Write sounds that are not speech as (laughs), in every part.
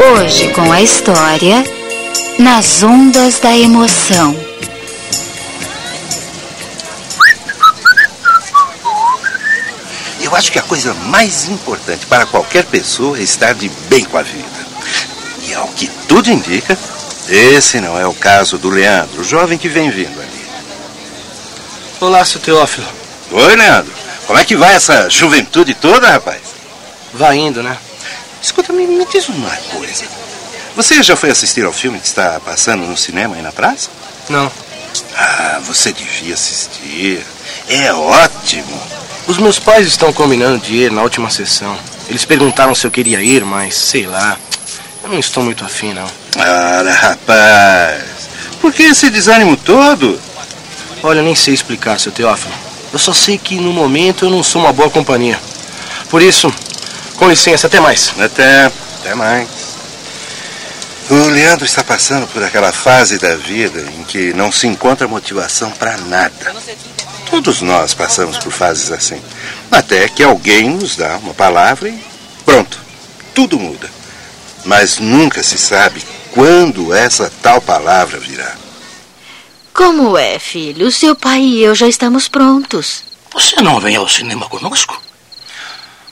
Hoje com a história Nas Ondas da Emoção. Eu acho que a coisa mais importante para qualquer pessoa é estar de bem com a vida. E ao que tudo indica, esse não é o caso do Leandro, o jovem que vem vindo ali. Olá, seu Teófilo. Oi, Leandro. Como é que vai essa juventude toda, rapaz? Vai indo, né? Escuta, me, me diz uma coisa. Você já foi assistir ao filme que está passando no cinema aí na praça? Não. Ah, você devia assistir. É ótimo. Os meus pais estão combinando de ir na última sessão. Eles perguntaram se eu queria ir, mas sei lá. Eu não estou muito afim, não. Ora, rapaz. Por que esse desânimo todo? Olha, eu nem sei explicar, seu Teófilo. Eu só sei que no momento eu não sou uma boa companhia. Por isso, com licença, até mais. né? Até, até mais. O Leandro está passando por aquela fase da vida em que não se encontra motivação para nada. Todos nós passamos por fases assim. Até que alguém nos dá uma palavra e pronto, tudo muda. Mas nunca se sabe quando essa tal palavra virá. Como é, filho? Seu pai e eu já estamos prontos. Você não vem ao cinema conosco?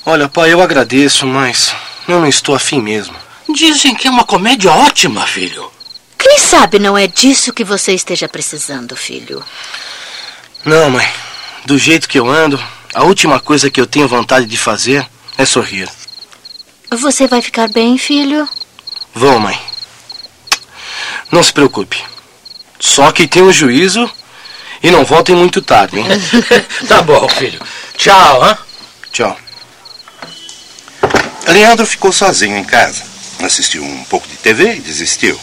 Olha, pai, eu agradeço, mas eu não estou afim mesmo. Dizem que é uma comédia ótima, filho. Quem sabe não é disso que você esteja precisando, filho. Não, mãe. Do jeito que eu ando, a última coisa que eu tenho vontade de fazer é sorrir. Você vai ficar bem, filho? Vão, mãe. Não se preocupe. Só que tenham juízo e não voltem muito tarde, hein? tá bom, filho. Tchau, hã? Tchau. Leandro ficou sozinho em casa. Assistiu um pouco de TV e desistiu.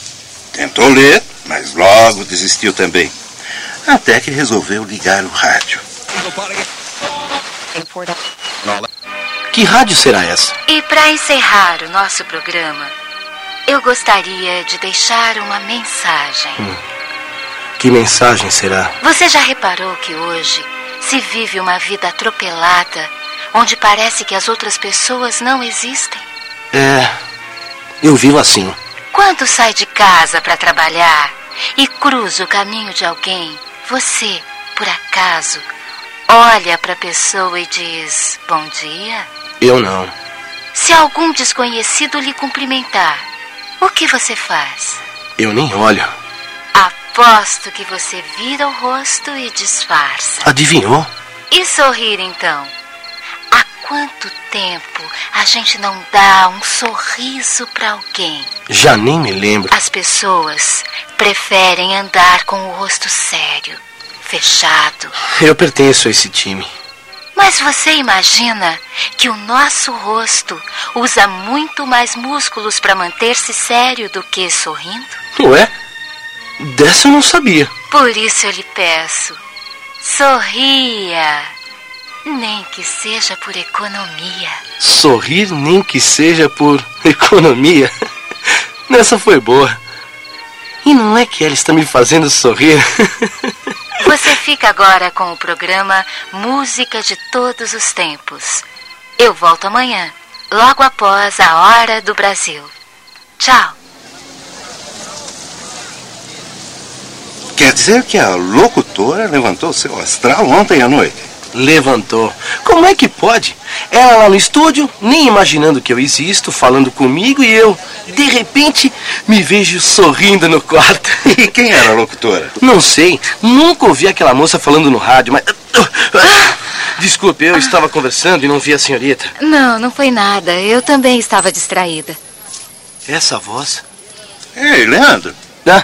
Tentou ler, mas logo desistiu também. Até que resolveu ligar o rádio. Que rádio será essa? E para encerrar o nosso programa, eu gostaria de deixar uma mensagem. Que mensagem será? Você já reparou que hoje se vive uma vida atropelada, onde parece que as outras pessoas não existem? É. Eu vivo assim. Quando sai de casa para trabalhar e cruza o caminho de alguém, você, por acaso, olha para a pessoa e diz: Bom dia? Eu não. Se algum desconhecido lhe cumprimentar, o que você faz? Eu nem olho. Aposto que você vira o rosto e disfarça. Adivinhou? E sorrir então? Há quanto tempo a gente não dá um sorriso para alguém? Já nem me lembro. As pessoas preferem andar com o rosto sério, fechado. Eu pertenço a esse time. Mas você imagina que o nosso rosto usa muito mais músculos para manter-se sério do que sorrindo? Ué? Dessa eu não sabia. Por isso eu lhe peço, sorria. Nem que seja por economia. Sorrir nem que seja por economia. (laughs) Nessa foi boa. E não é que ela está me fazendo sorrir. (laughs) Você fica agora com o programa Música de Todos os Tempos. Eu volto amanhã, logo após a Hora do Brasil. Tchau. Quer dizer que a locutora levantou seu astral ontem à noite? Levantou. Como é que pode? Ela lá no estúdio, nem imaginando que eu existo, falando comigo e eu, de repente, me vejo sorrindo no quarto. (laughs) E quem era a locutora? Não sei, nunca ouvi aquela moça falando no rádio, mas. (coughs) Ah! Desculpe, eu estava conversando e não vi a senhorita. Não, não foi nada. Eu também estava distraída. Essa voz? Ei, Leandro, Ah,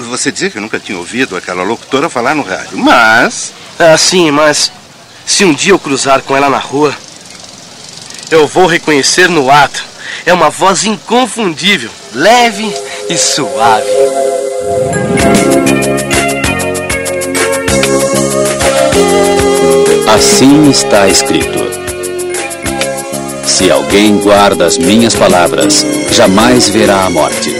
você dizia que nunca tinha ouvido aquela locutora falar no rádio, mas ah, sim, mas. Se um dia eu cruzar com ela na rua, eu vou reconhecer no ato. É uma voz inconfundível, leve e suave. Assim está escrito: Se alguém guarda as minhas palavras, jamais verá a morte.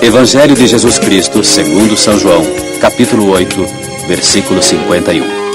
Evangelho de Jesus Cristo, segundo São João, capítulo 8, versículo 51.